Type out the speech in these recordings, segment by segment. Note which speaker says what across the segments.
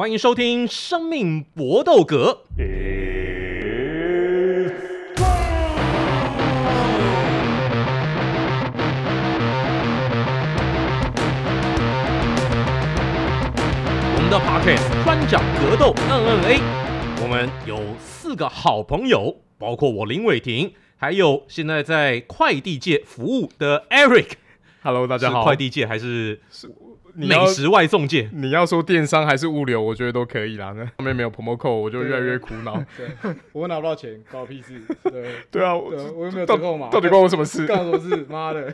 Speaker 1: 欢迎收听《生命搏斗格》。我们的 podcast 专讲格斗 NNA，我们有四个好朋友，包括我林伟霆，还有现在在快递界服务的 Eric。
Speaker 2: Hello，大家好。
Speaker 1: 是快递界还是
Speaker 2: 你
Speaker 1: 美
Speaker 2: 要
Speaker 1: 食外送界？
Speaker 2: 你要说电商还是物流，我觉得都可以啦。那上面没有 promo code，我就越来越苦恼。
Speaker 3: 对，我拿不到钱，关我屁事。对，
Speaker 2: 对啊，
Speaker 3: 对
Speaker 2: 我
Speaker 3: 我又没有
Speaker 2: 到
Speaker 3: 折扣码
Speaker 2: 到底关我什么事？
Speaker 3: 干什么事？妈 的！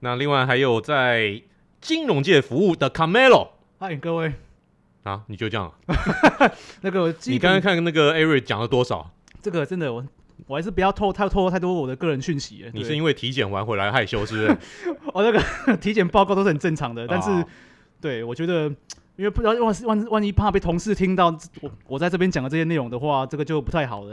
Speaker 1: 那另外还有在金融界服务的 Camelo
Speaker 4: 嗨，各位，
Speaker 1: 啊，你就这样啊，
Speaker 4: 那个基
Speaker 1: 你刚刚
Speaker 4: 本
Speaker 1: 看那个 Eric 讲了多少？
Speaker 4: 这个真的我。我还是不要透太透露太多我的个人讯息了。
Speaker 1: 你
Speaker 4: 对
Speaker 1: 是因为体检完回来害羞是不 是？
Speaker 4: 哦，那个 体检报告都是很正常的，但是、
Speaker 1: 哦
Speaker 4: 对我觉得，因为不知道万万万一怕被同事听到我我在这边讲的这些内容的话，这个就不太好了，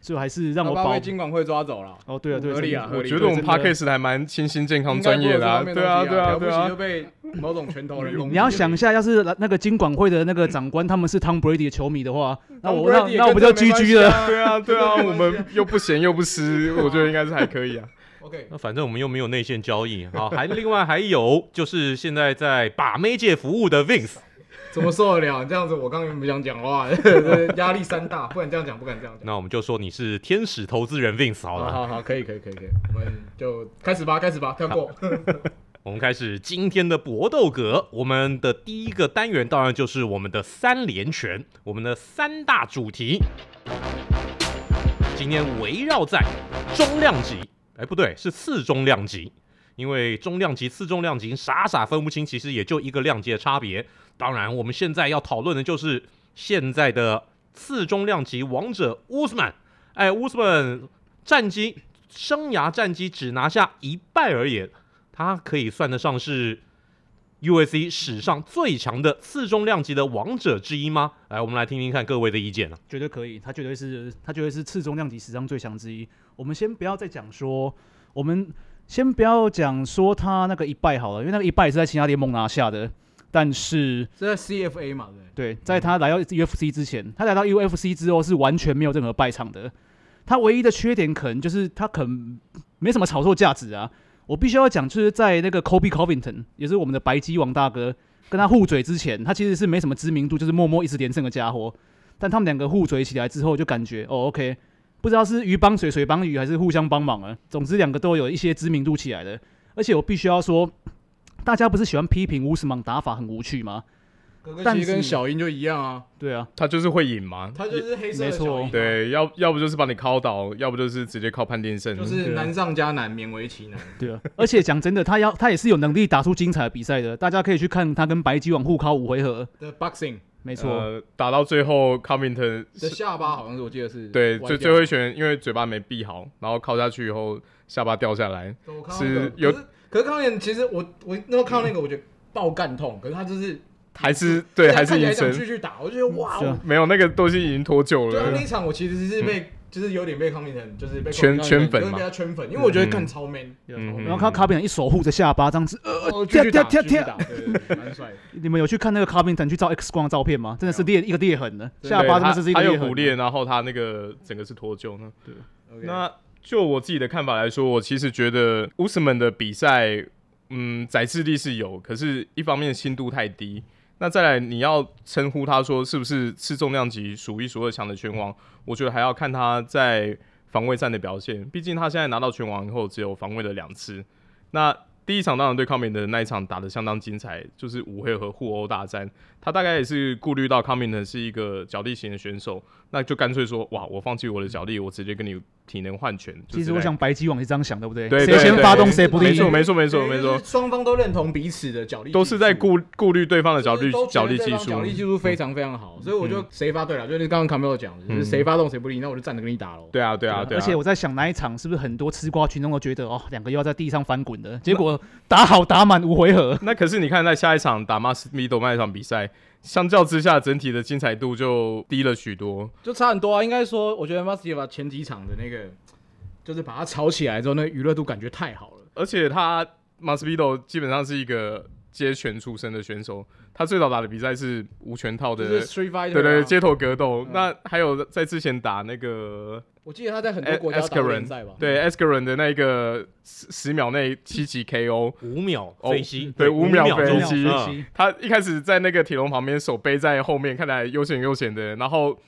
Speaker 4: 所以我还是让我
Speaker 3: 他怕
Speaker 4: 保
Speaker 3: 被。金管会抓走了。
Speaker 4: 哦，对啊，对啊，
Speaker 3: 合理啊
Speaker 4: 真的
Speaker 2: 我
Speaker 3: 合理
Speaker 2: 觉得我们
Speaker 4: 对真的
Speaker 2: podcast 还蛮清新、健康、专业的啊。
Speaker 3: 应该不
Speaker 2: 对
Speaker 3: 会
Speaker 2: 啊，
Speaker 3: 有这
Speaker 2: 对啊，对
Speaker 3: 方面的东西啊，了不起
Speaker 2: 啊
Speaker 3: 就。被某种拳头 人弄。
Speaker 4: 你要想一下，要是那个金管会的那个长官他们是 Tom Brady 的球迷的话，那
Speaker 3: Tom
Speaker 4: 我那
Speaker 3: Brady 也
Speaker 4: 那
Speaker 3: 跟
Speaker 4: 我不
Speaker 3: 这
Speaker 4: 就
Speaker 3: 没关
Speaker 4: GG
Speaker 3: 系啊
Speaker 4: 了？
Speaker 2: 对啊，对啊，
Speaker 3: 没关系啊
Speaker 2: 我们又不咸又不 湿，我觉得应该是还可以啊。
Speaker 3: ，OK，
Speaker 1: 那反正我们又没有内线交易啊。还另外还有就是现在在把妹界服务的 Vince，
Speaker 3: 怎么受得了？你这样子，我刚刚不想讲话， 对压力山大，不敢这样讲，不敢这样讲。
Speaker 1: 那我们就说你是天使投资人 Vince 好
Speaker 3: 好
Speaker 1: 了。
Speaker 3: 好好，可以可以可以可以，我们就开始吧，开始吧，跳 过。
Speaker 1: 我们开始今天的搏斗格。我们的第一个单元当然就是我们的三连拳，我们的三大主题。今天围绕在中量级，哎，不对，是次中量级，因为中量级、次中量级傻傻分不清，其实也就一个量级的差别。当然，我们现在要讨论的就是现在的次中量级王者乌斯曼，哎，乌斯曼战绩生涯战绩只拿下一败而已，他可以算得上是 UAC 史上最强的次中量级的王者之一吗？来，我们来听听看各位的意见啊。
Speaker 4: 绝对可以，他绝对是他绝对是次中量级史上最强之一。我们先不要再讲说，我们先不要讲说他那个一败好了，因为那个一败是在其他联盟拿下的。但是，
Speaker 3: 是在 CFA 嘛，对不对？
Speaker 4: 对，在他来到 UFC 之前，他来到 UFC 之后是完全没有任何败场的。他唯一的缺点可能就是他可能没什么炒作价值啊。我必须要讲，就是在那个 Kobe Covington，也是我们的白鸡王大哥，跟他互嘴之前，他其实是没什么知名度，就是默默一直连胜的家伙。但他们两个互嘴起来之后，就感觉哦，OK，不知道是鱼帮水，水帮鱼，还是互相帮忙啊。总之，两个都有一些知名度起来的。而且我必须要说，大家不是喜欢批评乌斯曼打法很无趣吗？
Speaker 3: 哥哥
Speaker 4: 但
Speaker 3: 其
Speaker 4: 是
Speaker 3: 实跟小英就一样啊，
Speaker 4: 对啊，
Speaker 2: 他就是会赢嘛，
Speaker 3: 他就是黑色的
Speaker 4: 没错
Speaker 3: 小鹰，，
Speaker 2: 对，要要不就是把你敲倒，要不就是直接靠判定胜。
Speaker 3: 就是难上加难，勉为其难。
Speaker 4: 对啊，而且讲真的，他要他也是有能力打出精彩的比赛的，大家可以去看他跟白鸡网互敲五回合，
Speaker 3: The boxing
Speaker 4: 没
Speaker 2: 没
Speaker 4: 错，
Speaker 2: 呃打到最后 c o m m i n t
Speaker 3: 的下巴好像是我记得是
Speaker 2: 对，
Speaker 3: 歪
Speaker 2: 最
Speaker 3: 掉
Speaker 2: 最后一拳，因为嘴巴没闭好，然后靠下去以后下巴掉下来，
Speaker 3: 对我看到那个
Speaker 2: 是有
Speaker 3: 可是可是康健其实我我那时候看到那个，我觉得爆干痛，可是他就是
Speaker 2: 还是对，还是
Speaker 3: 看起来
Speaker 2: 隐
Speaker 3: 想
Speaker 2: 身，
Speaker 3: 继续打，我就觉得哇，
Speaker 4: 是啊
Speaker 3: 我
Speaker 2: 没有那个东西已经脱臼
Speaker 3: 对啊，那
Speaker 2: 了
Speaker 3: 一。场我其实是被就是有点被康健成就是
Speaker 2: 嗯
Speaker 3: 被
Speaker 2: 圈圈粉嘛
Speaker 3: 就是被他圈粉，因为我觉得
Speaker 2: 嗯
Speaker 3: 干超 man，
Speaker 2: 嗯
Speaker 4: 然后看到卡比人一手护着下巴这样子，呃，
Speaker 3: 哦
Speaker 4: 跳
Speaker 3: 继续打
Speaker 4: 跳
Speaker 3: 继续
Speaker 4: 跳
Speaker 3: 打，对对对蛮帅 的。
Speaker 4: 你们有去看那个卡比人去照 X 光的照片吗？真的是裂一个裂痕的，
Speaker 3: 对
Speaker 4: 下巴真的是
Speaker 2: 对
Speaker 4: 一
Speaker 2: 他他
Speaker 4: 个
Speaker 2: 有
Speaker 4: 裂
Speaker 2: 骨
Speaker 4: 痕。
Speaker 2: 裂，然后他那个整个是脱臼呢。
Speaker 3: OK
Speaker 2: 那就我自己的看法来说，我其实觉得乌斯曼的比赛，嗯，载智力是有，可是一方面心度太低。那再来，你要称呼他说是不是次重量级数一数二强的拳王，我觉得还要看他在防卫战的表现。毕竟他现在拿到拳王以后，只有防卫了两次。那第一场当然对康明的那一场打得相当精彩，就是五回合互殴大战。他大概也是顾虑到康明的是一个脚力型的选手，那就干脆说，哇，我放弃我的脚力，我直接跟你体能换拳。就
Speaker 4: 其
Speaker 2: 是
Speaker 4: 实我
Speaker 2: 来
Speaker 4: 想白鸡网是这样想，对不对？
Speaker 2: 对
Speaker 4: 谁
Speaker 2: 对
Speaker 4: 先
Speaker 2: 对
Speaker 4: 发动
Speaker 2: 对
Speaker 4: 谁不
Speaker 2: 没
Speaker 4: 利
Speaker 2: 错，。没啊错，没
Speaker 3: 没
Speaker 2: 错，没错，
Speaker 3: 双方都认同彼此的脚力技术，
Speaker 2: 都是在顾顾虑对方的脚
Speaker 3: 就是
Speaker 2: 力
Speaker 3: 都觉
Speaker 2: 脚
Speaker 3: 得
Speaker 2: 力
Speaker 3: 对
Speaker 2: 技
Speaker 3: 方
Speaker 2: 术嗯
Speaker 3: 脚。力技术非常非常好，所以我就谁发对了，就是刚刚卡梅尔讲的，就是谁发动谁不利，那我就站着跟你打喽。
Speaker 2: 对啊，对啊，对啊。
Speaker 4: 而且我在想，哪一场是不是很多吃瓜群众都觉得哦，两个又要在地上翻滚的，结果打好打满五回合，
Speaker 2: 那可是你看，在下一场打 m a s m i d o 那一场比赛，相较之下，整体的精彩度就低了许多。
Speaker 3: 就差很多啊。应该说，我觉得 m a s t i 把前几场的那个，就是把它炒起来之后，那个娱乐度感觉太好了。
Speaker 2: 而且他 m a s m i d o 基本上是一个接拳出身的选手，他最早打的比赛是无拳套
Speaker 3: 就
Speaker 2: 的，
Speaker 3: 是 Street Fighter，、啊、
Speaker 2: 对对，街头格斗。
Speaker 3: 嗯
Speaker 2: 那还有在之前打那个
Speaker 3: 我记得他在很多国家
Speaker 2: As-
Speaker 3: 打过
Speaker 2: Askaren
Speaker 3: 联赛吧？嗯
Speaker 2: 对 e s c a r o n 的那个十十秒内七级 KO，
Speaker 1: 五秒
Speaker 2: 哦
Speaker 1: 飞机，
Speaker 2: 对五秒
Speaker 1: 秒
Speaker 2: 飞
Speaker 1: 钟
Speaker 2: 机
Speaker 1: 嗯
Speaker 2: 他一开始在那个铁笼旁边，手背在后面，看来悠闲悠闲的，然后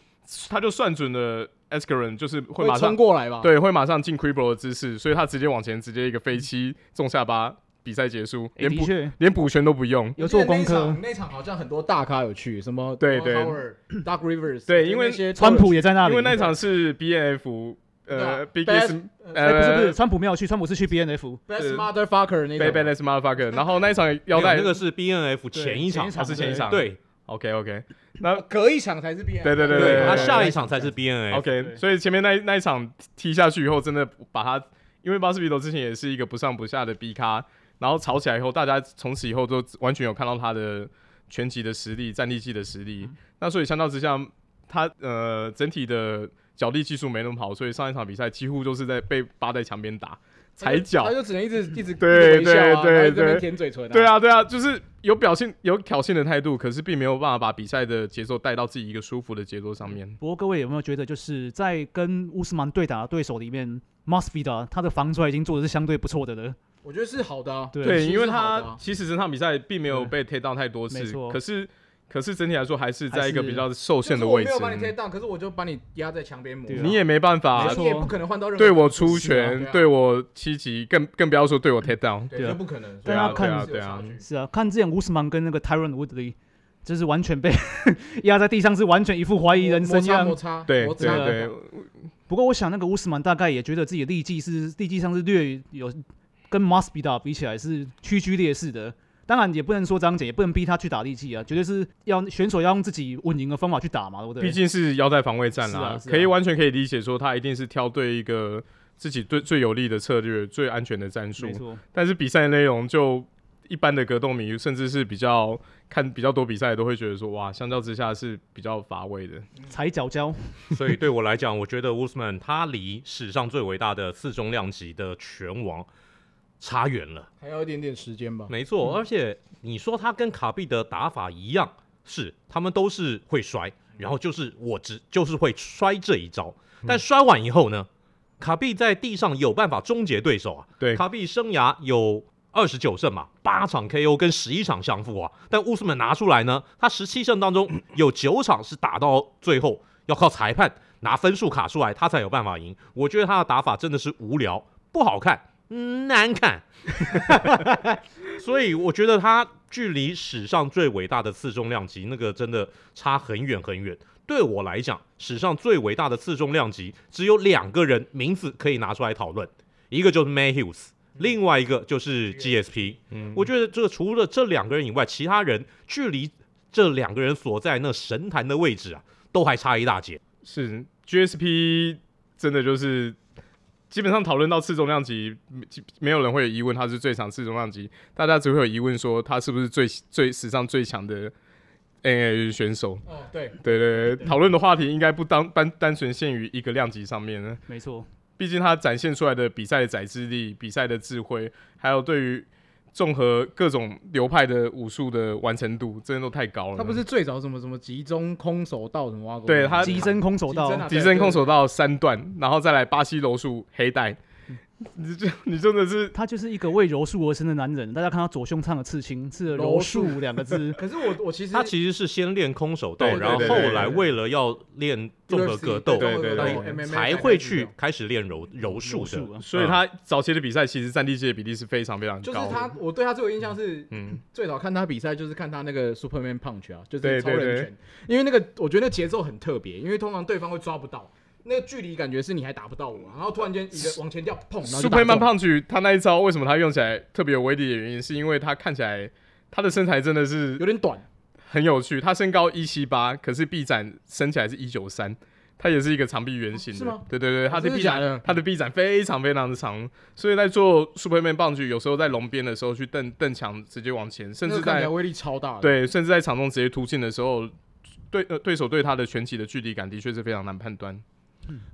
Speaker 2: 他就算准了 e s c a r o n 就是会
Speaker 3: 会
Speaker 2: 马上
Speaker 3: 冲过来吧？，
Speaker 2: 对，会马上进 Cribble 的姿势，所以他直接往前，直接一个飞膝
Speaker 3: 嗯
Speaker 2: 中下巴，比赛结束，
Speaker 3: 哎
Speaker 4: 诶
Speaker 2: 连
Speaker 4: 的
Speaker 2: 补
Speaker 4: 确
Speaker 2: 连补拳都不用。
Speaker 4: 有做功
Speaker 3: 那
Speaker 4: 课
Speaker 3: 场。那场好像很多大咖有去，什么
Speaker 2: 对
Speaker 3: Ron
Speaker 2: 对
Speaker 3: Howard Doug Rivers，
Speaker 2: 对
Speaker 3: 就
Speaker 2: 因为
Speaker 3: 那些都有
Speaker 4: 川普也在那里，
Speaker 2: 因为那一场是 B N F 呃
Speaker 3: 啊 Best-
Speaker 2: Biggest
Speaker 4: 啊哎不是不是，
Speaker 2: 呃
Speaker 4: 川普没有去，川普是去 B N F。
Speaker 3: Best
Speaker 2: 是
Speaker 3: Motherfucker 那
Speaker 2: Bad
Speaker 3: 种。
Speaker 2: Badness
Speaker 4: 嗯
Speaker 2: Motherfucker，然后那一场
Speaker 1: 没有
Speaker 2: 腰带
Speaker 1: 那个是 B N F
Speaker 4: 对
Speaker 1: 前一场，
Speaker 2: 还是前一场
Speaker 1: 对
Speaker 2: OK OK，那
Speaker 3: 隔一场才是 B，
Speaker 2: 对对对
Speaker 1: 对，
Speaker 2: 对
Speaker 1: 他
Speaker 2: 对
Speaker 1: 下一场才是 B N F，
Speaker 2: OK，所以前面那那一场踢下去以后，真的把他，因为巴斯比头之前也是一个不上不下的 B 咖，然后吵起来以后，大家从此以后都完全有看到他的拳击的实力、战力技的实力。
Speaker 4: 嗯
Speaker 2: 那所以相较之下，他呃整体的脚力技术没那么好，所以上一场比赛几乎就是在被扒在墙边打踩脚
Speaker 3: 他。就只能一直一直
Speaker 2: 对
Speaker 3: 一直微笑啊
Speaker 2: 对对
Speaker 3: 然后一直在那边
Speaker 2: 对
Speaker 3: 舔嘴唇啊。
Speaker 2: 对，啊，对啊，就是有表现、有挑衅的态度，可是并没有办法把比赛的节奏带到自己一个舒服的节奏上面。
Speaker 4: 不过各位有没有觉得，就是在跟乌斯曼对打的对手里面 m o s f i d a 他的防摔已经做的是相对不错的了。
Speaker 3: 我觉得是好的啊。
Speaker 4: 对
Speaker 2: 对，
Speaker 3: 其实
Speaker 2: 因为
Speaker 3: 是好的
Speaker 2: 他
Speaker 3: 啊
Speaker 2: 其实整场比赛并没有被贴到太多次
Speaker 4: 没，错
Speaker 2: 可是可是整体来说还是在一个
Speaker 4: 还是
Speaker 2: 比较受
Speaker 3: 就是
Speaker 2: 限的
Speaker 3: 我
Speaker 2: 位
Speaker 3: 没
Speaker 2: 置
Speaker 3: 有，把你 take down，可是我就把你压在墙边磨
Speaker 4: 对啊。
Speaker 2: 你也没办
Speaker 4: 没
Speaker 2: 法
Speaker 4: 错
Speaker 3: 你也不可能换到任何
Speaker 2: 对我出
Speaker 3: 是
Speaker 2: 拳
Speaker 3: 啊，
Speaker 2: 对嗯我七级，更更不要说对我 take down。
Speaker 3: 对
Speaker 4: 对啊
Speaker 3: 这不可能。
Speaker 4: 对
Speaker 2: 啊
Speaker 3: 所以他们
Speaker 2: 对啊
Speaker 3: 是有差距
Speaker 4: 是啊，看之前乌斯曼跟那个 Tyron Woodley，就是完全被压在地上，是完全一副怀疑人生
Speaker 3: 摩擦
Speaker 4: 样
Speaker 3: 摩。擦，
Speaker 2: 对
Speaker 3: 摩
Speaker 2: 对
Speaker 3: 擦
Speaker 2: 对，
Speaker 4: 不过我想那个乌斯曼大概也觉得自己的力技是力技上是略有跟 m o s f i d a 比起来是屈居劣势的。当然也不能说张姐，也不能逼他去打力技啊，绝对是要选手要用自己稳赢的方法去打嘛，对不对？
Speaker 2: 毕竟是腰带防卫战
Speaker 4: 是啊
Speaker 2: 啦，
Speaker 4: 是啊
Speaker 2: 可以完全可以理解说他一定是挑对一个自己对最有利的策略、最安全的战术
Speaker 4: 没。错，
Speaker 2: 但是比赛内容就一般的格斗迷，甚至是比较看比较多比赛的都会觉得说，哇，相较之下是比较乏味的。
Speaker 4: 踩脚胶，
Speaker 1: 所以对我来讲，我觉得 Usman 他离史上最伟大的次中量级的拳王差远了。
Speaker 3: 还要一点点时间吧。
Speaker 1: 没错，而且你说他跟卡比的打法一样，是他们都是会摔，然后就是我只就是会摔这一招，但摔完以后呢，卡比在地上有办法终结对手啊。
Speaker 2: 对
Speaker 1: 卡比生涯有二十九胜嘛，八场 KO 跟十一场相负啊，但乌斯曼拿出来呢，他十七胜当中有九场是打到最后要靠裁判拿分数卡出来，他才有办法赢。我觉得他的打法真的是无聊，不好看，嗯难看。所以我觉得他距离史上最伟大的次重量级那个真的差很远很远。对我来讲，史上最伟大的次重量级只有两个人名字可以拿出来讨论，一个就是 May Hughes，另外一个就是 GSP。
Speaker 2: 嗯，
Speaker 1: 我觉得这个除了这两个人以外，其他人距离这两个人所在那神坛的位置啊，都还差一大截。
Speaker 2: 是 GSP 真的就是基本上讨论到次重量级，基没有人会有疑问他是最强次重量级，大家只会有疑问说他是不是最最史上最强的 N A 选手。
Speaker 3: 哦，对，
Speaker 2: 对对对，讨论的话题应该不单单单纯限于一个量级上面呢，
Speaker 4: 没错。
Speaker 2: 毕竟他展现出来的比赛的载智力、比赛的智慧，还有对于综合各种流派的武术的完成度，真的都太高了。
Speaker 3: 他不是最早什么什么集中空手道什么挖
Speaker 2: 哦
Speaker 3: 沟，
Speaker 2: 对他
Speaker 4: 机身空手道
Speaker 3: 机身啊
Speaker 2: 极真空手道三段，然后再来巴西柔术黑带，你这你真的是
Speaker 4: 他就是一个为柔术而生的男人。大家看他左胸上的刺青，刺了“柔
Speaker 3: 柔。
Speaker 4: 术”两个字
Speaker 3: 可是我我其实
Speaker 1: 他其实是先练空手道，
Speaker 2: 对对
Speaker 1: 然后
Speaker 2: 对
Speaker 1: 后
Speaker 2: 对
Speaker 1: 来
Speaker 2: 对
Speaker 1: 为了要练综合
Speaker 3: UFC
Speaker 1: 格斗，
Speaker 3: 对
Speaker 2: 对
Speaker 1: 对
Speaker 2: 对
Speaker 3: 对 MMA
Speaker 1: 才会去开始练柔 柔术
Speaker 4: 柔
Speaker 1: 的
Speaker 4: 术。啊
Speaker 2: 所以他嗯早期的比赛其实战地界的比例是非常非常
Speaker 3: 就
Speaker 2: 高
Speaker 3: 是
Speaker 2: 的。
Speaker 3: 他，我对他最有印象是
Speaker 2: 嗯，
Speaker 3: 最早看他比赛就是看他那个 Superman Punch 啊，就
Speaker 2: 对
Speaker 3: 是超
Speaker 2: 对对
Speaker 3: 人拳，因为那个我觉得那节奏很特别，因为通常对方会抓不到，那个距离感觉是你还打不到我，然后突然间一个往前掉，砰，然后就打中
Speaker 2: Superman Punch 他那一招为什么他用起来特别有威力的原因，是因为他看起来他的身材真的是
Speaker 3: 有点短，
Speaker 2: 很有趣，他身高一七八，可是臂展伸起来是一九三，他也是一个长臂圆形的。
Speaker 3: 是吗
Speaker 2: 对对对，他的
Speaker 3: 真的
Speaker 2: 臂
Speaker 3: 假的
Speaker 2: 展，他的臂展非常非常的长，所以在做 Superman 棒举，有时候在龙边的时候去蹬蹬墙，直接往前，甚
Speaker 3: 那
Speaker 2: 至
Speaker 3: 个看
Speaker 2: 在
Speaker 3: 起来威力超大的。
Speaker 2: 对，甚至在场中直接突进的时候，对呃对手对他的拳击的距离感的确是非常难判断。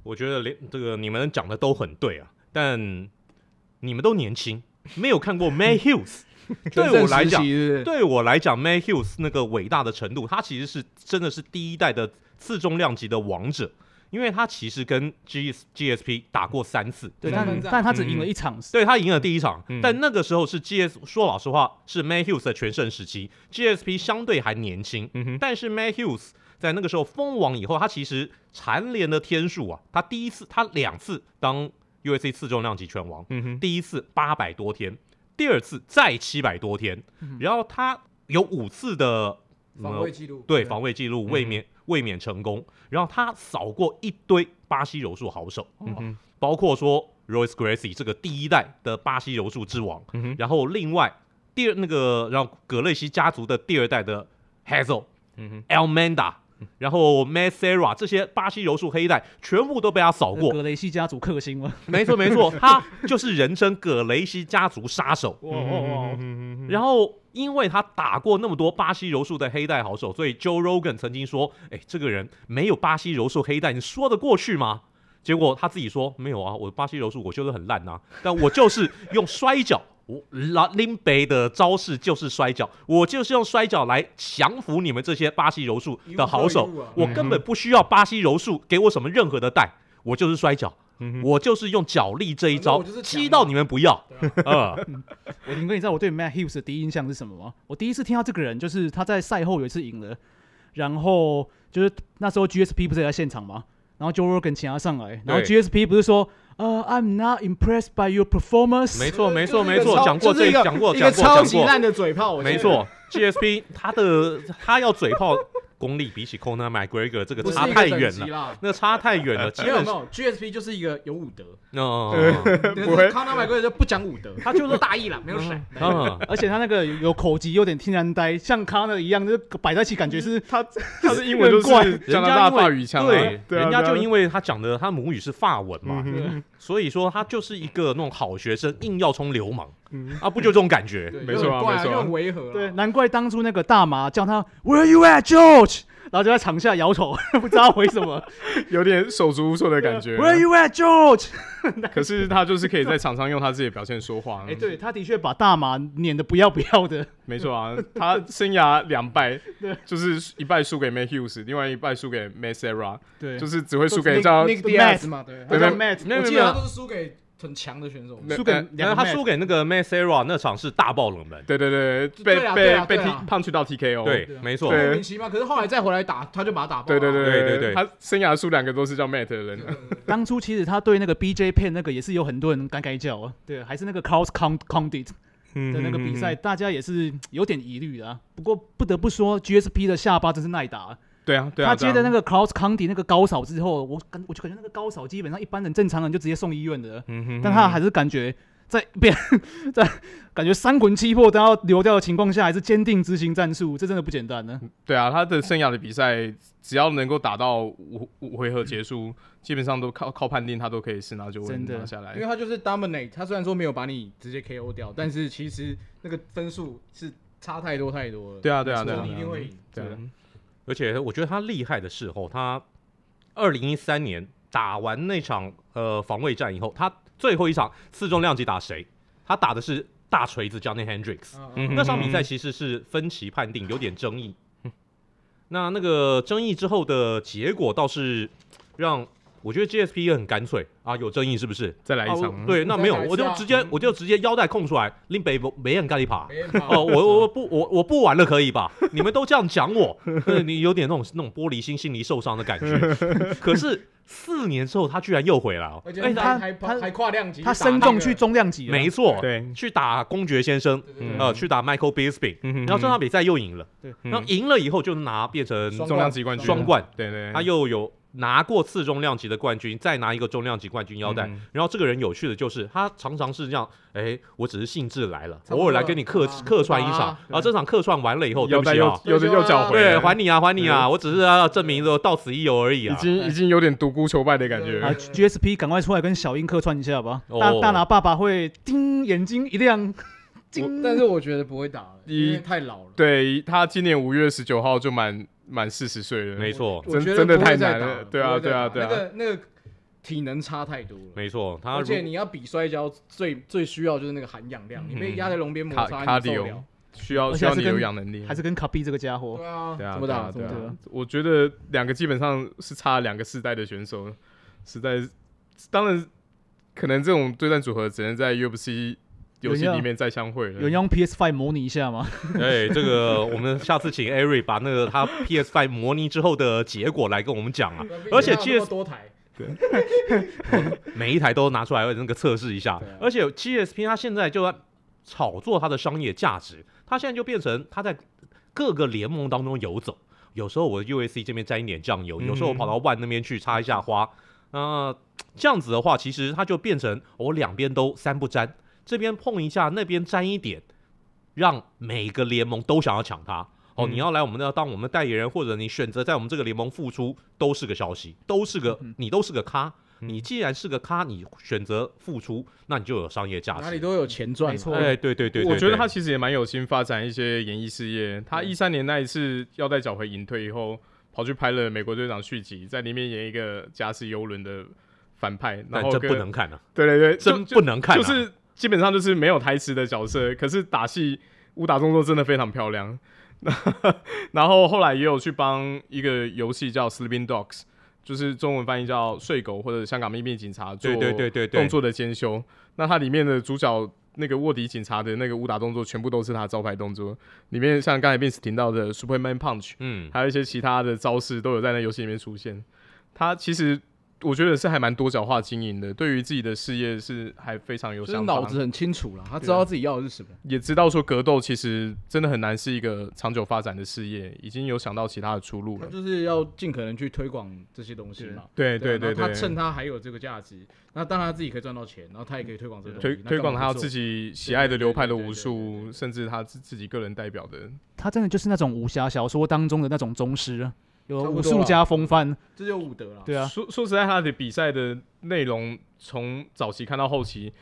Speaker 1: 我觉得连这个你们讲的都很对啊，但你们都年轻，没有看过 May Hughes，对我来讲，
Speaker 3: 对
Speaker 1: 对我来讲 m a h u g s 那个伟大的程度，他其实是真的是第一代的次中量级的王者，因为他其实跟 G GSP 打过三次，
Speaker 4: 对，
Speaker 3: 嗯
Speaker 4: 但
Speaker 3: 嗯
Speaker 4: 但他只赢了一场，
Speaker 1: 对他赢了第一场，
Speaker 2: 嗯
Speaker 1: 但那个时候是 GS 说老实话是 m a h u g s 的全盛时期，GSP 相对还年轻，
Speaker 2: 嗯哼，
Speaker 1: 但是 m a h u g s 在那个时候封王以后，他其实蝉联的天数啊，他第一次他两次当 UAC 次重量级拳王，
Speaker 2: 嗯哼，
Speaker 1: 第一次八百多天，第二次再七百多天，
Speaker 2: 嗯
Speaker 1: 然后他有五次的、嗯
Speaker 3: 防卫记录，
Speaker 1: 对防卫记
Speaker 2: 嗯
Speaker 1: 录卫冕卫冕成功，然后他扫过一堆巴西柔术好手，
Speaker 2: 嗯哼，
Speaker 1: 包括说 Royce Gracie 这个第一代的巴西柔术之王，
Speaker 2: 嗯哼
Speaker 1: 然后另外第二那个然后葛雷西家族的第二代的 Hazel
Speaker 2: 嗯哼，
Speaker 1: Almenda，然后 m a s e r a 这些巴西柔术黑带全部都被他扫过，
Speaker 4: 格雷西家族克星吗？
Speaker 1: 没错没错，他就是人称葛雷西家族杀手。
Speaker 4: 哇
Speaker 1: 哦
Speaker 4: 哇哇！
Speaker 2: 嗯
Speaker 1: 然后，因为他打过那么多巴西柔术的黑带好手，所以 Joe Rogan 曾经说：“哎，这个人没有巴西柔术黑带，你说得过去吗？”结果他自己说：“没有啊，我巴西柔术我修得很烂呐、但我就是用摔跤，我拉林北的招式就是摔跤，我就是用摔跤来降服你们这些巴西柔术的好手
Speaker 3: 一物克一物啊，
Speaker 1: 我根本不需要巴西柔术给我什么任何的带，我就是摔跤。”
Speaker 2: 嗯哼
Speaker 1: 我就是用脚力这一
Speaker 3: 反正
Speaker 1: 招
Speaker 3: 我就是强
Speaker 1: 击
Speaker 3: 嘛
Speaker 1: 到你们不要，啊，
Speaker 4: 我林哥，你知道我对 Matt Hughes 的第一印象是什么吗？我第一次听到这个人，就是他在赛后有一次赢了，然后就是那时候 GSP 不是也在现场吗？然后 Joe Rogan 请他上来，然后 GSP 不是说，呃，I'm not impressed by your performance。
Speaker 1: 没 错，没错，
Speaker 3: 就是一
Speaker 1: 没
Speaker 3: 个
Speaker 1: 错，
Speaker 3: 超
Speaker 1: 讲过
Speaker 3: 就是
Speaker 1: 这
Speaker 3: 一个
Speaker 1: 讲过
Speaker 3: 一
Speaker 1: 讲
Speaker 3: 个
Speaker 1: 过
Speaker 3: 超
Speaker 1: 讲
Speaker 3: 级
Speaker 1: 过，
Speaker 3: 烂的嘴炮，我觉得
Speaker 1: 没，错。GSP 他的他要嘴炮功力比起 Conor McGregor 这个
Speaker 3: 不是
Speaker 1: 差
Speaker 3: 一
Speaker 1: 太
Speaker 3: 个等
Speaker 1: 远
Speaker 3: 级
Speaker 1: 了，
Speaker 3: 啦。
Speaker 1: 那差太远了，基
Speaker 3: 没有
Speaker 1: 本
Speaker 3: 没
Speaker 1: 上，
Speaker 3: 有，GSP 就是一个有武德，
Speaker 1: 嗯，
Speaker 2: 不会
Speaker 3: 康纳麦克就不讲武 德，他就是大意了，没有甩。
Speaker 1: 嗯
Speaker 4: 而且他那个有有口疾，有点天然呆，像康纳一样，就是摆在一起，感觉是
Speaker 2: 他他的英文就是加
Speaker 1: 人家
Speaker 2: 拿大
Speaker 1: 因为
Speaker 2: 法语腔啊，
Speaker 1: 对，
Speaker 2: 对啊，
Speaker 1: 人家就
Speaker 2: 为
Speaker 1: 因为他讲的他母语是法文嘛，
Speaker 2: 嗯
Speaker 1: 所以说他就是一个那种好学生，硬要充流氓啊，不就这种感觉？
Speaker 3: 嗯
Speaker 2: 没
Speaker 3: 对
Speaker 2: 错啊
Speaker 3: 就很怪
Speaker 2: 没错啊
Speaker 3: 就很违和啊。
Speaker 4: 对，难怪当初那个大麻叫他 Where you at, George？然后就在场下摇头， 不知道为什 么
Speaker 2: 哼有点手足无措的感觉。啊
Speaker 4: Where you at, George？
Speaker 2: 可是他就是可以在场上用他自己的表现说话。啊
Speaker 4: 哎、对，他的确把大麻撵得不要不要的。
Speaker 2: 没错啊，他生涯两败，就是一败输给 May Hughes，另外一败输给 May Sarah，
Speaker 4: 对
Speaker 2: 就是只会输
Speaker 3: 那
Speaker 2: 给叫
Speaker 3: Nick Diaz 嘛，对，
Speaker 2: 对没
Speaker 4: 对对
Speaker 2: 有
Speaker 4: Matt，
Speaker 1: 没有没有
Speaker 3: 我记
Speaker 1: 没
Speaker 3: 得他
Speaker 1: 有，
Speaker 3: 都是输给很强的选手。
Speaker 2: 那
Speaker 4: 输给
Speaker 2: 呃
Speaker 4: 两个
Speaker 1: 他
Speaker 4: match
Speaker 1: 输给那个 m a s e r a 那场是大爆冷门，
Speaker 2: 对对对，
Speaker 3: 对
Speaker 2: 被
Speaker 3: 啊对
Speaker 2: 被
Speaker 3: 啊
Speaker 2: 被
Speaker 3: 对
Speaker 2: T
Speaker 3: 啊
Speaker 2: 胖去到 TKO，
Speaker 1: 对
Speaker 3: 对，啊
Speaker 1: 没错，
Speaker 2: 对
Speaker 3: 莫名其妙，可是后来再回来打，他就把他打爆。
Speaker 2: 对对对
Speaker 1: 对对对
Speaker 2: 他生涯输两个都是叫 Matt 的人，
Speaker 4: 当初其实他对那个 BJ 片那个也是有很多人该该叫啊，对，还是那个 Cross Condit
Speaker 2: 嗯
Speaker 4: 的那个比赛，，大家也是有点疑虑的、啊。不过不得不说，GSP 的下巴真是耐打啊、
Speaker 2: 对啊对啊，
Speaker 4: 他接的那
Speaker 2: 个，
Speaker 4: 个 Cross Condit 那个高扫之后，我感我就感觉那个高扫基本上一般人正常人就直接送医院的了，啊
Speaker 2: 嗯哼
Speaker 4: 但他还是感觉。在变在感觉三魂七魄都要流掉的情况下，还是坚定执行战术，这真的不简单呢、
Speaker 2: 对啊，他的生涯的比赛只要能够打到五五回合结束，基本上都靠靠判定他都可以是拿九分
Speaker 4: 真的
Speaker 2: 拿下
Speaker 3: 因
Speaker 2: 来
Speaker 3: 为。他就是 dominate，他虽然说没有把你直接 KO 掉，但是其实那个分数是差太多太多了。
Speaker 2: 对啊对啊
Speaker 3: 没
Speaker 2: 对
Speaker 3: 错
Speaker 2: 啊，
Speaker 3: 你一定会赢。
Speaker 2: 对啊，
Speaker 1: 而且我觉得他厉害的是哦，他二零一三年打完那场呃防卫战以后，他最后一场四中量级打谁？他打的是大锤子 Johnny Hendricks。
Speaker 3: 嗯
Speaker 2: 嗯
Speaker 3: 嗯
Speaker 2: 哼
Speaker 1: 那场比赛其实是分歧判定，有点争议。那那个争议之后的结果倒是让我觉得 GSP 也很干脆啊，有争议是不是？
Speaker 2: 再来一
Speaker 1: 啊
Speaker 2: 场
Speaker 1: 我
Speaker 2: 啊，
Speaker 1: 对，那
Speaker 3: 再
Speaker 1: 没有
Speaker 3: 来一，次
Speaker 1: 我就
Speaker 3: 啊
Speaker 1: 直接我就直接腰带空出来，拎北没人咖喱扒。
Speaker 3: 没办 法
Speaker 1: 哦，我我不我我不玩了，可以吧？你们都这样讲我，呃你有点那种那种玻璃心心理受伤的感觉。 可是四年之后，他居然又回来了，
Speaker 3: 而且
Speaker 1: 哎
Speaker 3: 他
Speaker 4: 他
Speaker 3: 还
Speaker 4: 他
Speaker 3: 还跨量级，
Speaker 4: 他
Speaker 3: 升
Speaker 4: 升重去中量级了，
Speaker 1: 没错，
Speaker 2: 对，
Speaker 1: 去打公爵先生，
Speaker 2: 嗯
Speaker 1: 呃，去打 Michael Bisping，
Speaker 2: 嗯哼
Speaker 1: 然后这场比赛又赢了，
Speaker 4: 对
Speaker 1: 然后赢了以后就拿变成
Speaker 3: 双
Speaker 2: 重量级冠军，
Speaker 1: 双冠，啊
Speaker 2: 对对，
Speaker 1: 他又有拿过次中量级的冠军，再拿一个中量级冠军腰带。
Speaker 2: 嗯
Speaker 1: 然后这个人有趣的就是，他常常是这样，哎，我只是兴致来了，
Speaker 3: 差不多
Speaker 1: 偶尔来跟你客
Speaker 3: 啊
Speaker 1: 客串一场，
Speaker 3: 啊
Speaker 1: 然后这场客串完了以后，对
Speaker 2: 腰
Speaker 1: 不
Speaker 2: 带
Speaker 1: 起
Speaker 2: 又
Speaker 1: 啊，
Speaker 2: 又又找回
Speaker 1: 对，
Speaker 2: 来，
Speaker 1: 还你啊，还你啊，我只是要证明说到此一游而已
Speaker 2: 嗯已
Speaker 1: 啊。
Speaker 2: 经已经有点独孤求败的感
Speaker 4: 啊
Speaker 2: 觉
Speaker 3: 对。
Speaker 4: ，GSP 赶快出来跟小英客串一下吧。
Speaker 1: 哦
Speaker 4: 大大拿爸爸会叮，眼睛一亮，叮。
Speaker 3: 但是我觉得不会打了，因为太老了。
Speaker 2: 对他今年五月十九号就满满四十岁了，
Speaker 1: 没错，
Speaker 2: 真
Speaker 3: 我觉得
Speaker 2: 真的
Speaker 3: 不会
Speaker 2: 太
Speaker 3: 再
Speaker 2: 难
Speaker 3: 打
Speaker 2: 了对啊
Speaker 3: 不会再
Speaker 2: 对啊
Speaker 3: 打
Speaker 2: 对啊
Speaker 3: 那个那个体能差太多了。
Speaker 1: 没错，他
Speaker 3: 而
Speaker 1: 如
Speaker 3: 且你要比摔跤，最最需要就是那个含氧量，你被压在笼边摩
Speaker 2: 嗯卡
Speaker 3: 擦，
Speaker 2: 卡
Speaker 3: 你受不
Speaker 2: dio
Speaker 3: 了。
Speaker 2: 需要
Speaker 4: 而且
Speaker 2: 需要
Speaker 4: 哦还是
Speaker 2: 你有
Speaker 4: 跟
Speaker 2: 氧能力，
Speaker 4: 还是跟卡比这个家伙
Speaker 3: 对啊，
Speaker 2: 对啊
Speaker 3: 怎么打？怎
Speaker 2: 对
Speaker 3: 么
Speaker 2: 啊
Speaker 3: 打？
Speaker 2: 对啊我觉得两个基本上是差两个世代的选手，实在是当然可能这种对战组合只能在 UFC 游戏
Speaker 4: 有人要
Speaker 2: 里面再相会
Speaker 4: 有人
Speaker 2: 了。
Speaker 4: 要用 PS Five 模拟一下吗？
Speaker 1: 哎，这个我们下次请 Ari 把那个他 PS5 模拟之后的结果来跟我们 讲啊，而且
Speaker 3: 其实
Speaker 1: GS
Speaker 3: 多台，
Speaker 1: 每一台都拿出来那个测试一下
Speaker 3: 对啊。
Speaker 1: 而且 GSP 它现在就在炒作它的商业价值，它现在就变成它在各个联盟当中游走。有时候我 UAC 这边沾一点酱油，
Speaker 2: 嗯
Speaker 1: 有时候我跑到万那边去插一下花。那、这样子的话，其实它就变成我两边都三不沾，这边碰一下，那边沾一点，让每个联盟都想要抢它。哦，
Speaker 2: 嗯
Speaker 1: 你要来我们的当我们的代言人，或者你选择在我们这个联盟付出，都是个消息，
Speaker 2: 嗯
Speaker 1: 都是个你都是个咖。你既然是个咖，你选择付出，那你就有商业价
Speaker 3: 哪里
Speaker 1: 值。
Speaker 3: 都有钱赚嘛。啊
Speaker 4: 没错
Speaker 1: 哎，对对对对，
Speaker 2: 我觉得
Speaker 1: 对嗯
Speaker 2: 他其实也蛮有心发展一些演艺事业。他一三年那一次腰带绞回隐退以后，跑去拍了《美国队长》续集，在里面演一个家世幽伦的反派，然
Speaker 1: 但
Speaker 2: 后
Speaker 1: 真
Speaker 2: 跟
Speaker 1: 不能看啊，
Speaker 2: 对对对，就
Speaker 1: 真不能看啊，
Speaker 2: 就是基本上就是没有台词的角色，可是打戏武打动作真的非常漂亮。 然后后来也有去帮一个游戏叫《Sleeping Dogs》，就是中文翻译叫“睡狗”或者“香港秘密警察”做
Speaker 1: 对对对对
Speaker 2: 动
Speaker 1: 对，
Speaker 2: 作的监修。那它里面的主角那个卧底警察的那个武打动作，全部都是他的招牌动作。里面像刚才 Vince 听到的 Superman Punch，
Speaker 1: 嗯，
Speaker 2: 还有一些其他的招式都有在那游戏里面出现。他其实我觉得是还蛮多角化经营的，对于自己的事业是还非常有
Speaker 3: 就是
Speaker 2: 想法，啊
Speaker 3: 脑子很清楚了，他知道自己要的是什么。
Speaker 2: 也知道说格斗其实真的很难是一个长久发展的事业，已经有想到其他的出路
Speaker 3: 他
Speaker 2: 了。
Speaker 3: 就是要尽可能去推广这些东西嘛。
Speaker 2: 啊对对
Speaker 3: 啊
Speaker 2: 对
Speaker 3: 然后他
Speaker 2: 对，
Speaker 3: 趁他还有这个价值，那当然他自己可以赚到钱，然后他也可以推广这个东
Speaker 2: 推
Speaker 3: 西
Speaker 2: 推广他自。己喜爱的流派的武
Speaker 3: 对对对对对
Speaker 2: 术，
Speaker 3: 对
Speaker 2: 甚至他自自己个人代表的。
Speaker 4: 他真的就是那种武侠小说当中的那种宗师啊，有
Speaker 3: 差不
Speaker 4: 武
Speaker 3: 多
Speaker 4: 术
Speaker 3: 啦
Speaker 4: 家风范。
Speaker 3: 那干嘛不做这就武德了。
Speaker 4: 对啊，
Speaker 2: 说说实在，他的比赛的内容从早期看到后期，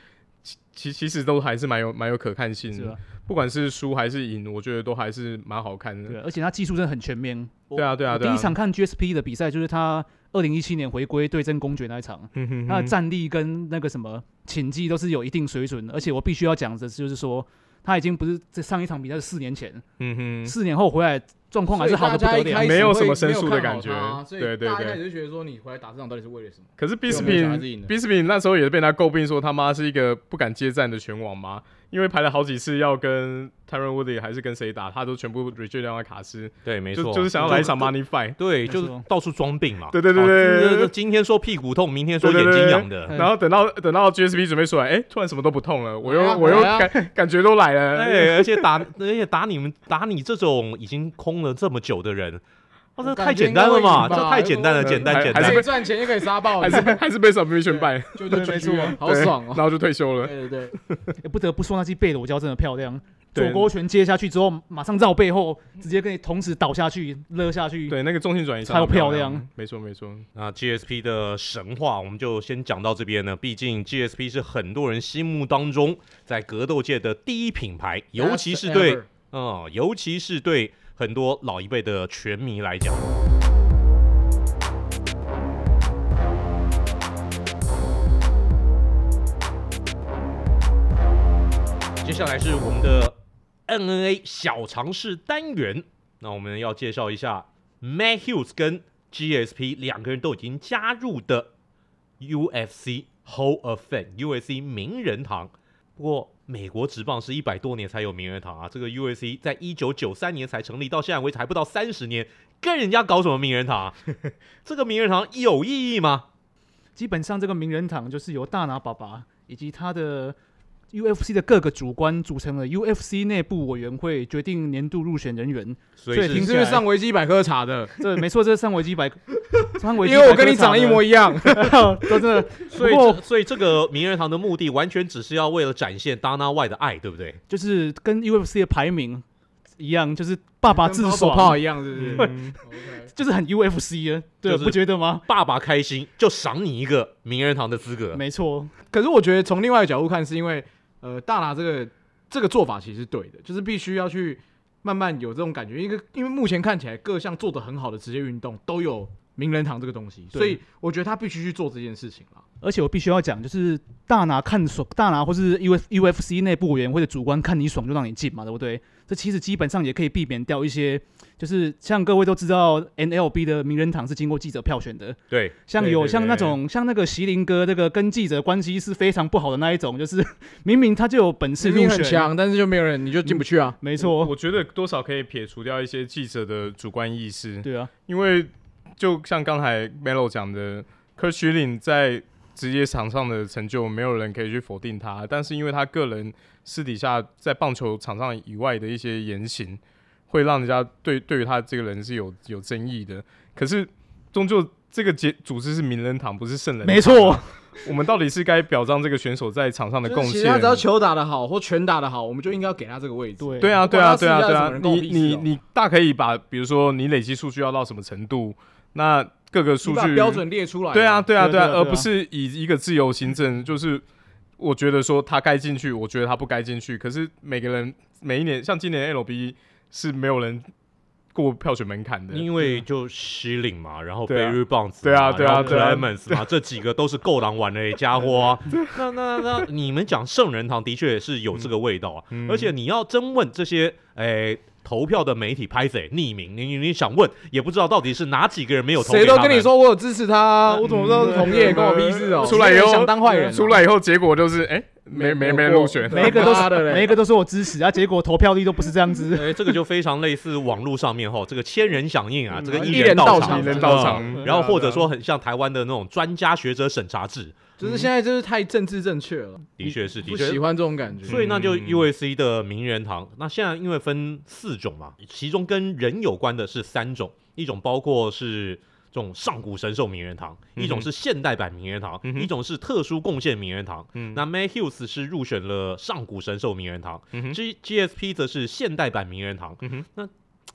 Speaker 2: 其其其实都还是蛮有蛮有可看性
Speaker 4: 是
Speaker 2: 的
Speaker 4: 吧。？
Speaker 2: 不管是输还是赢，我觉得都还是蛮好看
Speaker 4: 对
Speaker 2: 的。
Speaker 4: 啊，而且他技术真的很全面。我
Speaker 2: 对啊，对啊，
Speaker 4: 我
Speaker 2: 对啊。
Speaker 4: 第一场看 GSP 的比赛就是他二零一七年回归对阵公爵那一场，
Speaker 2: 嗯哼哼，
Speaker 4: 他的战力跟那个什么擒技都是有一定水准的，而且我必须要讲的就是说，他已经不是这上一场比赛是四年前，
Speaker 2: 嗯哼，
Speaker 4: 四年后回来状况还是好的不得
Speaker 3: 所以大家一开
Speaker 4: 了
Speaker 3: 始。
Speaker 2: 没有什么
Speaker 3: 会
Speaker 2: 生疏的
Speaker 3: 没有看
Speaker 2: 感觉
Speaker 3: 好他所以
Speaker 2: 对对
Speaker 3: 大家一
Speaker 2: 对
Speaker 3: 开始就觉得说你回来打这场到底是为了什么？
Speaker 2: 可是
Speaker 3: 有没有想要
Speaker 2: Bisping
Speaker 3: 自己赢的
Speaker 2: Bisping 那时候也被他诟病说他妈是一个不敢接战的拳王嘛，因为排了好几次要跟 Tyron Woodley 还是跟谁打，他都全部 reject 掉那卡斯，
Speaker 1: 对，没
Speaker 2: 就
Speaker 1: 错，
Speaker 2: 就是想要来一场 money fight。
Speaker 1: 对，
Speaker 4: 没
Speaker 1: 就
Speaker 4: 错
Speaker 1: 是到处装病嘛。
Speaker 2: 对对对
Speaker 1: 哦
Speaker 2: 对
Speaker 1: 就是
Speaker 2: 对
Speaker 1: 今天说屁股痛，明天说
Speaker 2: 对
Speaker 1: 眼
Speaker 2: 对
Speaker 1: 睛
Speaker 2: 对
Speaker 1: 痒的。
Speaker 4: 对
Speaker 2: 然后等到等到 GSP 准备出来，哎、突然什么都不痛了，我又、
Speaker 3: 来啊
Speaker 2: 我又
Speaker 3: 来啊
Speaker 2: 感感觉都来了，
Speaker 1: 哎，而且打， 而且打你们，打你这种已经空了这么久的人，哦，这
Speaker 3: 我感
Speaker 1: 太
Speaker 3: 觉
Speaker 1: 简单了嘛，
Speaker 3: 应该会赢
Speaker 1: 这
Speaker 3: 吧
Speaker 1: 太简单了，
Speaker 2: 还
Speaker 1: 简单
Speaker 2: 呃还
Speaker 1: 简
Speaker 2: 还
Speaker 1: 单
Speaker 2: 是
Speaker 3: 可
Speaker 2: 被。
Speaker 3: 以赚钱也可以杀爆，
Speaker 2: 还
Speaker 3: 你
Speaker 2: 是还是被 submission 败，
Speaker 3: 就就
Speaker 2: 对没
Speaker 3: 没
Speaker 2: 错啊
Speaker 3: 错，好爽
Speaker 2: 然
Speaker 3: 哦。
Speaker 2: 后就退休了。
Speaker 3: 对对对，
Speaker 4: 也不得不说那记贝罗胶真的漂亮，
Speaker 2: 对
Speaker 4: 左勾拳接下去之后，马上绕背后，直接跟你同时倒下去勒下去。
Speaker 2: 对，那个重心转移
Speaker 4: 超漂
Speaker 2: 亮，
Speaker 4: 亮
Speaker 2: 没错没错。
Speaker 1: 那 GSP 的神话，我们就先讲到这边呢。毕竟 GSP 是很多人心目当中在格斗界的第一品牌，尤其是对
Speaker 3: That's ever
Speaker 1: 嗯，尤其是对很多老一辈的拳迷来讲。接下来是我们的 NNA 小尝试单元，那我们要介绍一下 Matt Hughes 跟 GSP 两个人都已经加入的 UFC Hall of Fame，UFC 名人堂。不过，美国职棒是一百多年才有名人堂啊，这个 UFC 在一九九三年才成立，到现在为止还不到三十年，跟人家搞什么名人堂、啊？这个名人堂有意义吗？
Speaker 4: 基本上这个名人堂就是由大拿爸爸以及他的 UFC 的各个主官组成的 UFC 内部委员会决定年度入选人员。
Speaker 1: 所
Speaker 4: 所以
Speaker 1: 是
Speaker 4: 听
Speaker 3: 你
Speaker 4: 起
Speaker 3: 是
Speaker 4: 来
Speaker 3: 不是上维基百科查的？
Speaker 4: 这没错，这是上维基百， 上维基
Speaker 3: 因为我跟你长得一模
Speaker 4: 一
Speaker 3: 一 样，
Speaker 4: 样， 都真的
Speaker 1: 所以
Speaker 4: 不过
Speaker 1: 这所以这个名人堂的目的完全只是要为了展现 Dana White 的爱，对不对？
Speaker 4: 就是跟 UFC 的排名一样，就是爸爸 自
Speaker 3: 跟手炮
Speaker 4: 爽，
Speaker 3: 一样，是不是
Speaker 2: 嗯
Speaker 3: ？OK
Speaker 4: 就是很 UFC 啊，对，
Speaker 1: 就是
Speaker 4: 不觉得吗？
Speaker 1: 爸爸开心就赏你一个名人堂的资格。
Speaker 4: 没错，
Speaker 3: 可是我觉得从另外一个角度看，是因为呃，大拿这个这个做法其实是对的，就是必须要去慢慢有这种感觉，因为因为目前看起来各项做得很好的职业运动都有。名人堂这个东西，
Speaker 4: 对
Speaker 3: 所以我觉得他必须去做这件事情啦。
Speaker 4: 而且我必须要讲，就是大拿看爽，大拿或是 U F U F C 内部委员会的主观看你爽就让你进嘛，对不对？这其实基本上也可以避免掉一些，就是像各位都知道 N L B 的名人堂是经过记者票选的，
Speaker 1: 对，
Speaker 4: 像
Speaker 2: 对
Speaker 4: 有
Speaker 2: 对
Speaker 4: 像那
Speaker 2: 对
Speaker 4: 种像那个席林哥这个跟记者关系是非常不好的那一种，就是 明明他就有本事
Speaker 3: 明
Speaker 4: 入
Speaker 3: 明很
Speaker 4: 选，
Speaker 3: 强，但是就没有人，你就进不去啊。
Speaker 4: 没
Speaker 2: 我
Speaker 4: 错，
Speaker 2: 我觉得多少可以撇除掉一些记者的主观意识，
Speaker 4: 对啊，
Speaker 2: 因为就像刚才 Melo 讲的 k u r s h i l i n 在职业场上的成就，没有人可以去否定他。但是因为他个人私底下在棒球场上以外的一些言行，会让人家对对于他这个人是有有争议的。可是终究这个节组织是名人堂，不是圣人。
Speaker 4: 没，错，
Speaker 2: 我们到底是该表彰这个选手在场上的
Speaker 3: 就是
Speaker 2: 贡
Speaker 3: 其实
Speaker 2: 献？
Speaker 3: 他只要球打得好或拳打得好，我们就应该要给他这个位置。
Speaker 4: 对
Speaker 2: 对啊，对啊，对啊，对啊，你你
Speaker 3: 你
Speaker 2: 你大可以把，比如说你累积数据要到什么程度，那各个数
Speaker 3: 把
Speaker 2: 据
Speaker 3: 标准列出来。
Speaker 2: 对啊，，对啊，
Speaker 4: 对
Speaker 2: 对
Speaker 4: 啊
Speaker 2: 啊，
Speaker 4: 对啊
Speaker 2: 而不是以一个自由行政，就是我觉得说他该进去，我觉得他不该进去。可是每个人每一年，像今年 LB 是没有人过票选门槛的，
Speaker 1: 因为就西岭嘛，然后
Speaker 2: 对啊
Speaker 1: Barry Bonds，
Speaker 2: 对啊
Speaker 1: 嘛
Speaker 2: 对啊
Speaker 1: 然后
Speaker 2: 对啊
Speaker 1: Clemens 嘛，这几个都是够狼玩的家伙 啊。那那那你们讲圣人堂的确是有这个味道啊，
Speaker 3: 嗯
Speaker 2: 嗯
Speaker 1: 而且你要真问这些诶。投票的媒体拍谁匿名，你你你想问也不知道到底是哪几个人没有投给
Speaker 3: 谁都
Speaker 1: 他
Speaker 3: 跟你
Speaker 1: 们
Speaker 3: 说我有支持他，我怎么知道是同业
Speaker 2: 嗯
Speaker 3: 关我屁事哦？
Speaker 2: 出来以后
Speaker 3: 想当坏人啊，
Speaker 2: 出来以后结果就是哎、没没没人入选，
Speaker 3: 没
Speaker 4: 每一个都
Speaker 3: 他妈的
Speaker 4: 是
Speaker 3: 嘞
Speaker 4: 每一个都说我支持啊，结果投票率都不是这样子，
Speaker 1: 哎，这个就非常类似网络上面哈，这个千人响应啊，这个
Speaker 3: 嗯
Speaker 1: 一
Speaker 3: 一人到
Speaker 1: 到
Speaker 3: 场啊
Speaker 2: 一人到场
Speaker 1: 嗯然后或者说很像台湾的那种专家学者审查制，
Speaker 3: 就是现在就是太政治正确了，
Speaker 1: 的确是，的
Speaker 3: 不
Speaker 1: 确
Speaker 3: 喜欢这种感觉。
Speaker 1: 所以那就
Speaker 2: 嗯
Speaker 1: UAC 的名人堂，那现在因为分四种嘛，其中跟人有关的是三种，一种包括是这种上古神兽名人堂，
Speaker 2: 嗯哼
Speaker 1: 一种是现代版名人堂，
Speaker 2: 嗯哼
Speaker 1: 一种是特殊贡献名人堂。
Speaker 2: 嗯
Speaker 1: 那 May Hughes 是入选了上古神兽名人堂、
Speaker 2: 嗯哼
Speaker 1: g GSP 则是现代版名人堂。
Speaker 2: 嗯哼
Speaker 1: 那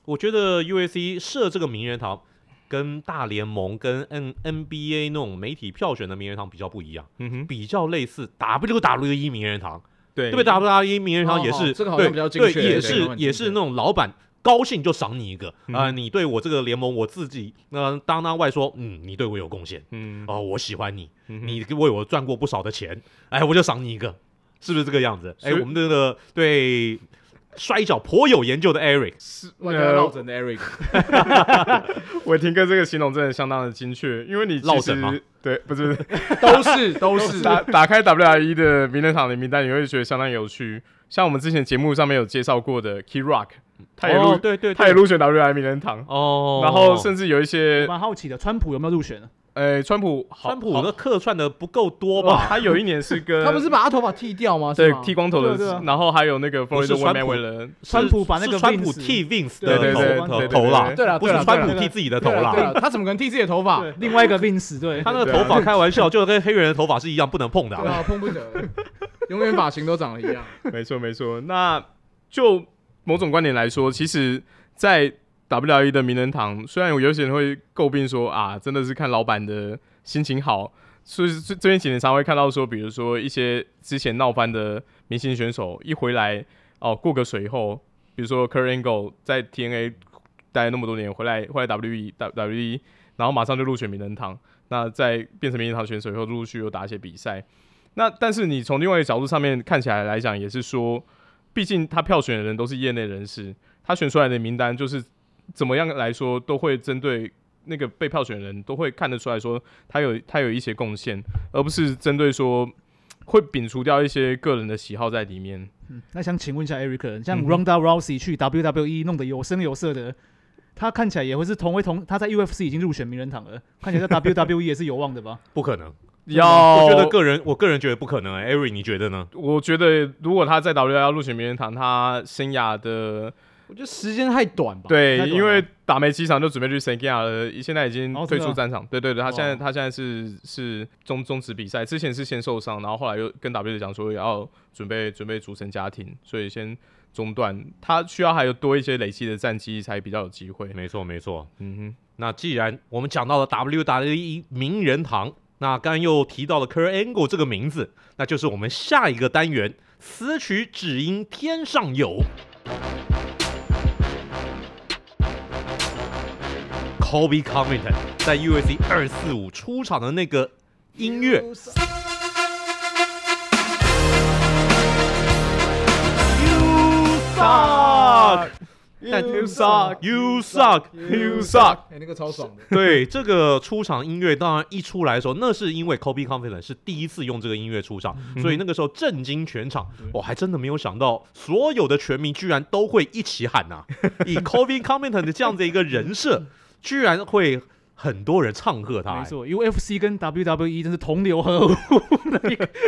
Speaker 1: 我觉得 UAC 设这个名人堂。跟大联盟、跟 N NBA 那种媒体票选的名人堂比较不一样，
Speaker 2: 嗯哼，
Speaker 1: 比较类似 WWE 名人堂，
Speaker 2: 对
Speaker 1: 对不对？WWE 名人堂也
Speaker 3: 哦
Speaker 1: 是，
Speaker 3: 哦这个好
Speaker 1: 对
Speaker 3: 像比较精
Speaker 1: 对，
Speaker 3: 确
Speaker 1: 也
Speaker 3: 对这个
Speaker 1: 是
Speaker 3: 很
Speaker 1: 也
Speaker 3: 精
Speaker 1: 是
Speaker 3: 确
Speaker 1: 那种老板高兴就赏你一个
Speaker 2: 嗯
Speaker 1: 啊，你对我这个联盟，我自己那当当外说，嗯，你对我有贡献
Speaker 2: 嗯，
Speaker 1: 哦，我喜欢你，
Speaker 2: 嗯哼
Speaker 1: 你为我赚过不少的钱，哎，我就赏你一个，是不是这个样子？哎，
Speaker 2: 所以
Speaker 1: 我们这个对摔跤颇有研究的 Eric，
Speaker 3: 外加落枕的 Eric，
Speaker 2: 伟霆哥这个形容真的相当的精确，因为你
Speaker 1: 落
Speaker 2: 其
Speaker 1: 枕吗
Speaker 2: 实对，不是不是。
Speaker 3: 都是都是
Speaker 2: 打打开 WWE 的名人堂的名单，你会觉得相当有趣。像我们之前节目上面有介绍过的 Key Rock，他也入、
Speaker 1: 哦对对，
Speaker 2: 他也
Speaker 1: 对
Speaker 2: 入选 WWE E 名人堂，
Speaker 1: 哦，
Speaker 2: 然后甚至有一些
Speaker 4: 蛮好奇的，川普有没有入选啊？
Speaker 2: 呃，川普好
Speaker 1: 川普
Speaker 2: 好
Speaker 1: 的客串的不够多
Speaker 2: 哇
Speaker 1: 吧？
Speaker 2: 他有一年是跟
Speaker 3: 他不是把他头发剃掉吗？
Speaker 2: 对
Speaker 3: 是吗
Speaker 2: 剃光头的，
Speaker 4: 对啊对啊
Speaker 2: 然后还有那个
Speaker 1: 不
Speaker 2: Florida
Speaker 1: 是川
Speaker 2: One
Speaker 1: 普
Speaker 2: Man 了，
Speaker 4: 川普把那
Speaker 1: 是
Speaker 4: 个
Speaker 1: 川普
Speaker 4: Vince-
Speaker 1: 剃 Vince
Speaker 4: 对
Speaker 1: 的
Speaker 2: 对对
Speaker 1: 头
Speaker 2: 对
Speaker 1: 头
Speaker 2: 对
Speaker 1: 头啦
Speaker 2: 对，
Speaker 3: 对了
Speaker 1: 不
Speaker 3: 对
Speaker 1: 是
Speaker 3: 了，
Speaker 1: 川
Speaker 3: 对
Speaker 1: 普
Speaker 3: 了
Speaker 1: 剃自己的头
Speaker 3: 对了对
Speaker 1: 啦。
Speaker 3: 了，他怎么可能剃自己的头发？
Speaker 4: 对另外一个 Vince 对
Speaker 1: 他，那个
Speaker 2: 对啊
Speaker 1: 头发开玩笑，就跟黑人的头发是一样不能碰的、
Speaker 3: 对
Speaker 1: 啊。
Speaker 3: 啊，碰不得，永远发型都长得一样。
Speaker 2: 没错没错。那就某种观点来说，其实，在 WWE 的名人堂，虽然有有些人会诟病说啊，真的是看老板的心情好，所以最最近几年常会看到说，比如说一些之前闹翻的明星选手一回来哦，过个水后，比如说 k u r a n g l 在 TNA 待那么多年，回来回来 WE WE，然后 E，马上就入选名人堂。那在变成名人堂选手以后，陆续又打一些比赛。那但是你从另外一个角度上面看起来来讲，也是说，毕竟他票选的人都是业内人士，他选出来的名单就是怎么样来说，都会针对那个被票选人都会看得出来说他有他有一些贡献，而不是针对说会摒除掉一些个人的喜好在里面。
Speaker 4: 嗯那想请问一下 Eric，像
Speaker 2: 嗯哼
Speaker 4: Ronda Rousey 去 WWE 弄得有声有色的，他看起来也会是同为同，他在 UFC 已经入选名人堂了，看起来在 WWE 也是有望的吧？
Speaker 1: 不可能，
Speaker 2: 要
Speaker 1: 我觉得个人，我个人觉得不可能、欸。Ari，你觉得呢？
Speaker 2: 我觉得如果他在 W 要入选名人堂，他生涯的
Speaker 3: 我觉得时间太短吧。
Speaker 4: 太
Speaker 2: 对，
Speaker 4: 短了
Speaker 2: 因为打没几场就准备去 s e g a 了，现在已经
Speaker 4: 哦
Speaker 2: 退
Speaker 4: 真的
Speaker 2: 出
Speaker 4: 啊
Speaker 2: 战场。对对对，他现在
Speaker 4: 哦
Speaker 2: 他现在是是终终止比赛，之前是先受伤，然后后来又跟 W 讲说也要准备准备组成家庭，所以先中断。他需要还有多一些累积的战绩才比较有机会。
Speaker 1: 没错，没错。
Speaker 2: 嗯
Speaker 1: 那既然我们讲到了 WWE 名人堂，那刚刚又提到了 Kurt Angle 这个名字，那就是我们下一个单元“此曲只应天上有”。 Kobe Covington 在 UFC 二四五出场的那个音乐，suck,
Speaker 2: You suck,
Speaker 1: you suck。
Speaker 2: you suck。
Speaker 3: 哎，那个超爽的，
Speaker 1: 对这个出场音乐，当然一出来的时候，那是因为 Kobe Covington 是第一次用这个音乐出场，所以那个时候震惊全场。我还真的没有想到，所有的全民居然都会一起喊呐、以 Kobe Covington 的这样的一个人设，居然会很多人唱和他、
Speaker 4: 没
Speaker 1: 欸。
Speaker 4: 错，UFC 跟 WWE 真是同流合污，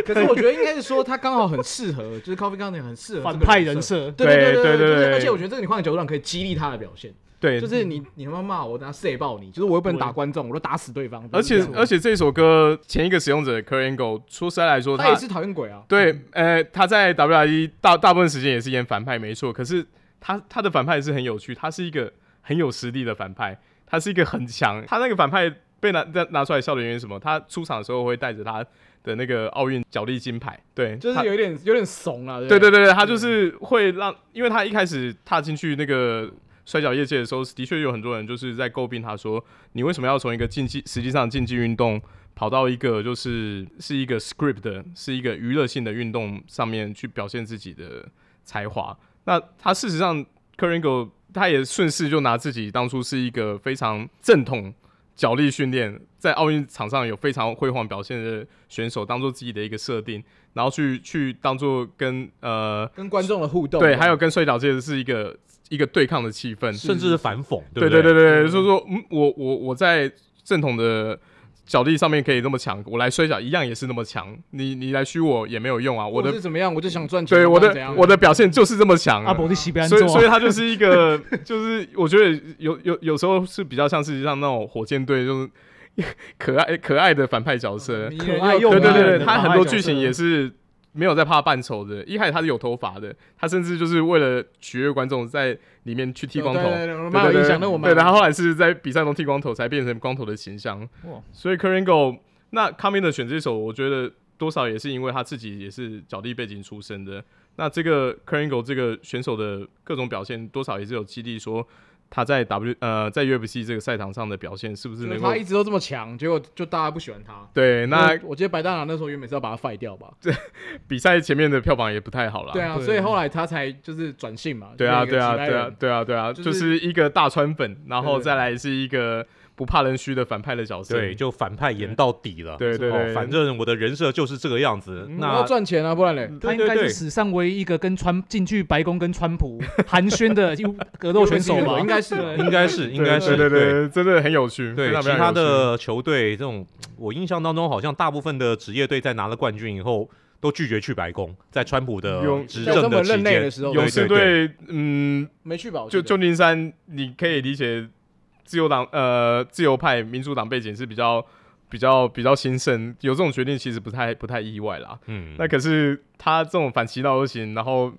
Speaker 3: 可是我觉得应该是说他刚好很适合，就是 Coffee c o u n t y 很适合这个
Speaker 4: 反派
Speaker 3: 人
Speaker 4: 人
Speaker 3: 设。
Speaker 4: 设。
Speaker 3: 对对
Speaker 2: 对
Speaker 3: 对
Speaker 2: 对
Speaker 3: 就是
Speaker 2: 对
Speaker 3: 而且我觉得这个你换个角度上可以激励他的表现，
Speaker 2: 对，
Speaker 3: 就是你你他妈骂我，我等下射爆你，就是我又不能打观众，我都打死对方。
Speaker 2: 而且而
Speaker 3: 且
Speaker 2: 且这首歌前一个使用者 k u r a n g o 说实在来说，
Speaker 3: 他
Speaker 2: 他
Speaker 3: 也是讨厌鬼啊，
Speaker 2: 对，呃，他在 WWE 大大部分时间也是演反派，没错。可是他他的反派是很有趣，他是一个很有实力的反派，他是一个很强。他那个反派被拿拿拿出来笑的原因是什么？他出场的时候会带着他的那个奥运角力金牌，对，
Speaker 3: 就是
Speaker 2: 他
Speaker 3: 有点有点怂啊。
Speaker 2: 对
Speaker 3: 对
Speaker 2: 对对对，他就是会让，因为他一开始踏进去那个摔跤业界的时候，的确有很多人就是在诟病他说，你为什么要从一个竞技，实际上竞技运动跑到一个就是是一个 script 的，是一个娱乐性的运动上面去表现自己的才华。那他事实上 k u r i n g o 他也顺势就拿自己当初是一个非常正统脚力训练，在奥运场上有非常辉煌表现的选手，当做自己的一个设定，然后去去当做跟呃
Speaker 3: 跟观众的互动，
Speaker 2: 对，还有跟摔跤界是一个一个对抗的气氛，
Speaker 1: 甚至是反讽，对不对
Speaker 2: 对对对，就是说，嗯，我我我在正统的脚力上面可以那么强，我来摔跤一样也是那么强，你你来虚我也没有用啊，我
Speaker 3: 我
Speaker 2: 的
Speaker 3: 是怎么样，我就想赚钱，
Speaker 2: 对我
Speaker 3: 不然怎
Speaker 2: 的
Speaker 3: 样啊
Speaker 2: 我的表现就是这么强啊
Speaker 4: 阿伯的西边
Speaker 2: 所以，嗯所以
Speaker 4: 做，啊
Speaker 2: 他就是一 个，就是我觉得有有有时候是比较像是像那种火箭队，就是 可爱可爱的反派角色。
Speaker 3: 迷人
Speaker 4: 可爱又
Speaker 2: 对对
Speaker 4: 可爱
Speaker 2: 对
Speaker 4: 的
Speaker 2: 对，
Speaker 4: 反
Speaker 2: 他
Speaker 4: 派
Speaker 2: 很多
Speaker 4: 角
Speaker 2: 剧情
Speaker 4: 色
Speaker 2: 也是没有在怕扮丑的。一开始他是有头发的，他甚至就是为了取悦观众，在里面去剃光头。
Speaker 3: 哦对对对对蛮有印象。那我们
Speaker 2: 对，然后后来是在比赛中剃光头，才变成光头的形象
Speaker 4: 哇。
Speaker 2: 所以 k u r i n g o 那 c o m i n 的选这首，我觉得多少也是因为他自己也是脚力背景出身的。那这个 k u r i n g o 这个选手的各种表现，多少也是有激励说他在 W 呃在 UFC 这个赛场上的表现是不是
Speaker 3: 就是
Speaker 2: 能够
Speaker 3: 他一直都这么强，结果就大家不喜欢他。
Speaker 2: 对？那
Speaker 3: 我我记得白大拿那时候原本是要把他废掉吧？
Speaker 2: 比赛前面的票房也不太好啦。
Speaker 3: 对啊，所以后来他才就是转性嘛。
Speaker 2: 对啊，
Speaker 3: 就变
Speaker 2: 对
Speaker 3: 一
Speaker 2: 啊，
Speaker 3: 个几百
Speaker 2: 对啊
Speaker 3: 人，，
Speaker 2: 对啊，对啊，
Speaker 3: 就
Speaker 2: 就是是一个大川粉，然后
Speaker 3: 对对
Speaker 2: 再来是一个不怕人虚的反派的角色。
Speaker 1: 对，就反派演到底了。
Speaker 2: 对对
Speaker 1: 哦
Speaker 2: 对，
Speaker 1: 反正我的人设就是这个样子。
Speaker 2: 嗯
Speaker 3: 我要
Speaker 1: 那
Speaker 3: 赚钱啊，不然嘞。
Speaker 4: 他
Speaker 1: 对
Speaker 4: 应
Speaker 1: 对
Speaker 4: 该
Speaker 1: 对
Speaker 4: 是，史上唯一一个跟川进去白宫跟川普 寒暄的格斗选手吧？
Speaker 3: 应该是吧
Speaker 1: 应该是应该是
Speaker 2: 对对对，对真的很有趣。
Speaker 1: 对
Speaker 2: 非常
Speaker 1: 其
Speaker 2: 非常
Speaker 1: 他
Speaker 2: 有趣
Speaker 1: 的球队，这种我印象当中，好像大部分的职业队在拿了冠军以后，都拒绝去白宫，在川普的
Speaker 2: 勇
Speaker 1: 执
Speaker 3: 小
Speaker 1: 政
Speaker 3: 詹
Speaker 1: 的
Speaker 3: 姆
Speaker 1: 期
Speaker 3: 任内的
Speaker 1: 间，
Speaker 3: 时候，
Speaker 1: 对
Speaker 2: 勇
Speaker 1: 对
Speaker 2: 士队，嗯，
Speaker 3: 没去吧？我记
Speaker 2: 就
Speaker 3: 得
Speaker 2: 旧金山，你可以理解自由党呃自由派民主党背景是比较比较比较兴盛，有这种决定其实不太不太意外啦。
Speaker 1: 嗯，
Speaker 2: 那可是他这种反其道而行，然后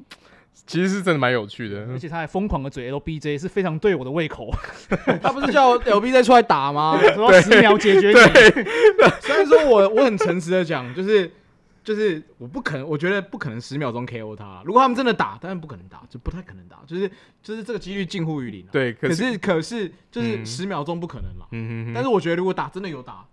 Speaker 2: 其实是真的蛮有趣的。
Speaker 4: 而且他还疯狂的嘴 LBJ 是非常对我的胃口，
Speaker 3: 他不 是叫 LB 再出来打吗？
Speaker 4: 说十秒解决你。
Speaker 2: 对，
Speaker 3: 虽然说我我很诚实的讲，就是就是我不可能，我觉得不可能十秒钟 KO 他。如果他们真的打，当然不可能打，就不太可能打，就是就是这个几率近乎于零、啊。，
Speaker 2: 对，
Speaker 3: 可
Speaker 2: 可是
Speaker 3: 是可是就是
Speaker 2: 嗯
Speaker 3: 十秒钟不可能啦。
Speaker 2: 嗯哼
Speaker 3: 但
Speaker 2: 哼，
Speaker 3: 是我觉得如果打真的有打，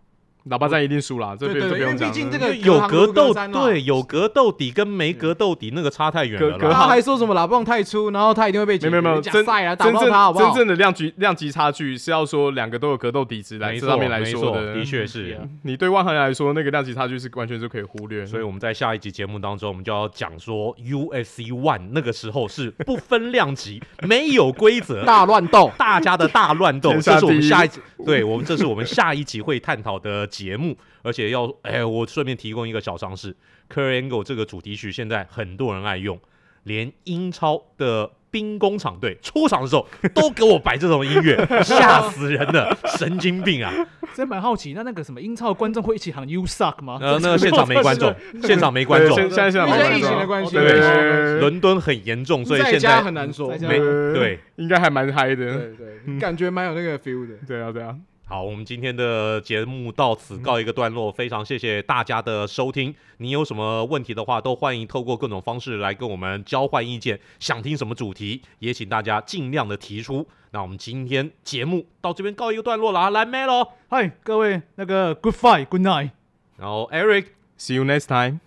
Speaker 2: 喇叭战一定输啦，这
Speaker 3: 对
Speaker 2: 边
Speaker 3: 对
Speaker 2: 这不
Speaker 3: 对，因为
Speaker 2: 用讲
Speaker 3: 毕
Speaker 2: 了。
Speaker 3: 竟这
Speaker 1: 因
Speaker 3: 个
Speaker 1: 为有格斗，对，
Speaker 3: 对。
Speaker 1: 有格斗底跟没格斗底那个差太远了
Speaker 2: 格格
Speaker 1: 啦。
Speaker 3: 他还说什么喇叭太粗，然后他一定会被
Speaker 2: 没有没有没有，
Speaker 3: 假
Speaker 2: 真
Speaker 3: 赛啊，打
Speaker 2: 真
Speaker 3: 爆
Speaker 2: 正
Speaker 3: 他好不好？
Speaker 2: 真正的量级量级差距是要说两个都有格斗底子来
Speaker 1: 没
Speaker 2: 这
Speaker 1: 错，
Speaker 2: 上面来
Speaker 1: 没
Speaker 2: 说
Speaker 1: 错，
Speaker 2: 的，嗯
Speaker 1: 的确是。啊
Speaker 2: 你对万恒来说，那个量级差距是完全是可以忽略。
Speaker 1: 所以我们在下一集节目当中，我们就要讲说 UFC One 那个时候是不分量级，没有规则，
Speaker 3: 大乱斗，
Speaker 1: 大家的大乱斗，
Speaker 2: 天
Speaker 1: 这
Speaker 2: 下
Speaker 1: 是我们
Speaker 2: 第一
Speaker 1: 下一集，对我们这是我们下一集会探讨的节目，而且要，哎，我顺便提供一个小常识 c u r r Angle 这个主题曲现在很多人爱用，连英超的。兵工厂队出场的时候都给我摆这种音 乐，吓死人了，神经病啊！
Speaker 4: 真蛮好奇，那那个什么英超的观众会一起喊 “You suck” 吗？
Speaker 1: 呃， 那个现场没观 众，现场没观
Speaker 2: 对
Speaker 1: 众，
Speaker 2: 现现在现场
Speaker 3: 因
Speaker 2: 没观
Speaker 3: 为现在疫情
Speaker 2: 众
Speaker 3: 的关系，
Speaker 2: 对对对
Speaker 3: 对
Speaker 2: 对对，
Speaker 1: 伦敦很严重，所以
Speaker 3: 在
Speaker 1: 现
Speaker 3: 家
Speaker 1: 在
Speaker 3: 很难说
Speaker 4: 在。家
Speaker 1: 没
Speaker 2: 呃
Speaker 1: 对，
Speaker 2: 应该还蛮嗨的。
Speaker 3: 对对，感觉蛮有那个 feel 的。
Speaker 2: 对啊，对啊，
Speaker 1: 好，我们今天的节目到此告一个段落，非常谢谢大家的收听。你有什么问题的话，都欢迎透过各种方式来跟我们交换意见。想听什么主题，也请大家尽量的提出。那我们今天节目到这边告一个段落啦，来 m e l
Speaker 4: 嗨，各位那个 Good Fight，Good Night。
Speaker 1: 然后 Eric、
Speaker 2: See you next time.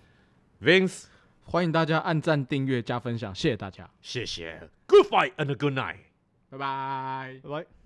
Speaker 1: Vince，
Speaker 3: 欢迎大家按赞、订阅、加分享，谢谢大家，
Speaker 1: 谢谢，Good fight and a good night。
Speaker 3: 拜拜。
Speaker 4: 拜拜。